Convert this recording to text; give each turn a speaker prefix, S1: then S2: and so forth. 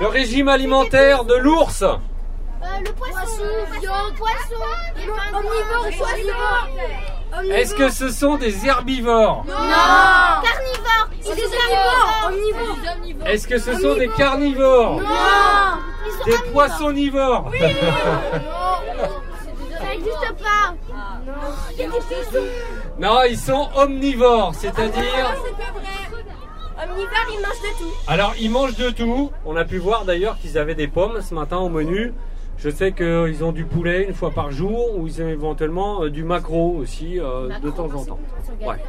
S1: Le régime alimentaire de l'ours.
S2: Euh, le poisson, viande, poisson, omnivore ou carnivore
S1: Est-ce que ce sont des herbivores
S2: Non Carnivore Ils sont carnivores
S1: Est-ce que ce sont des carnivores
S2: Non Ils sont
S1: Des poissonivores
S2: Ça n'existe pas
S1: Non, ils sont omnivores,
S2: Ah,
S1: c'est-à-dire...
S2: Omnivore, ils mangent de tout
S1: Alors, ils mangent de tout. On a pu voir d'ailleurs qu'ils avaient des pommes ce matin au menu. Je sais qu'ils ont du poulet une fois par jour ou ils ont éventuellement euh, du maquereau aussi euh, de temps en temps. Ouais.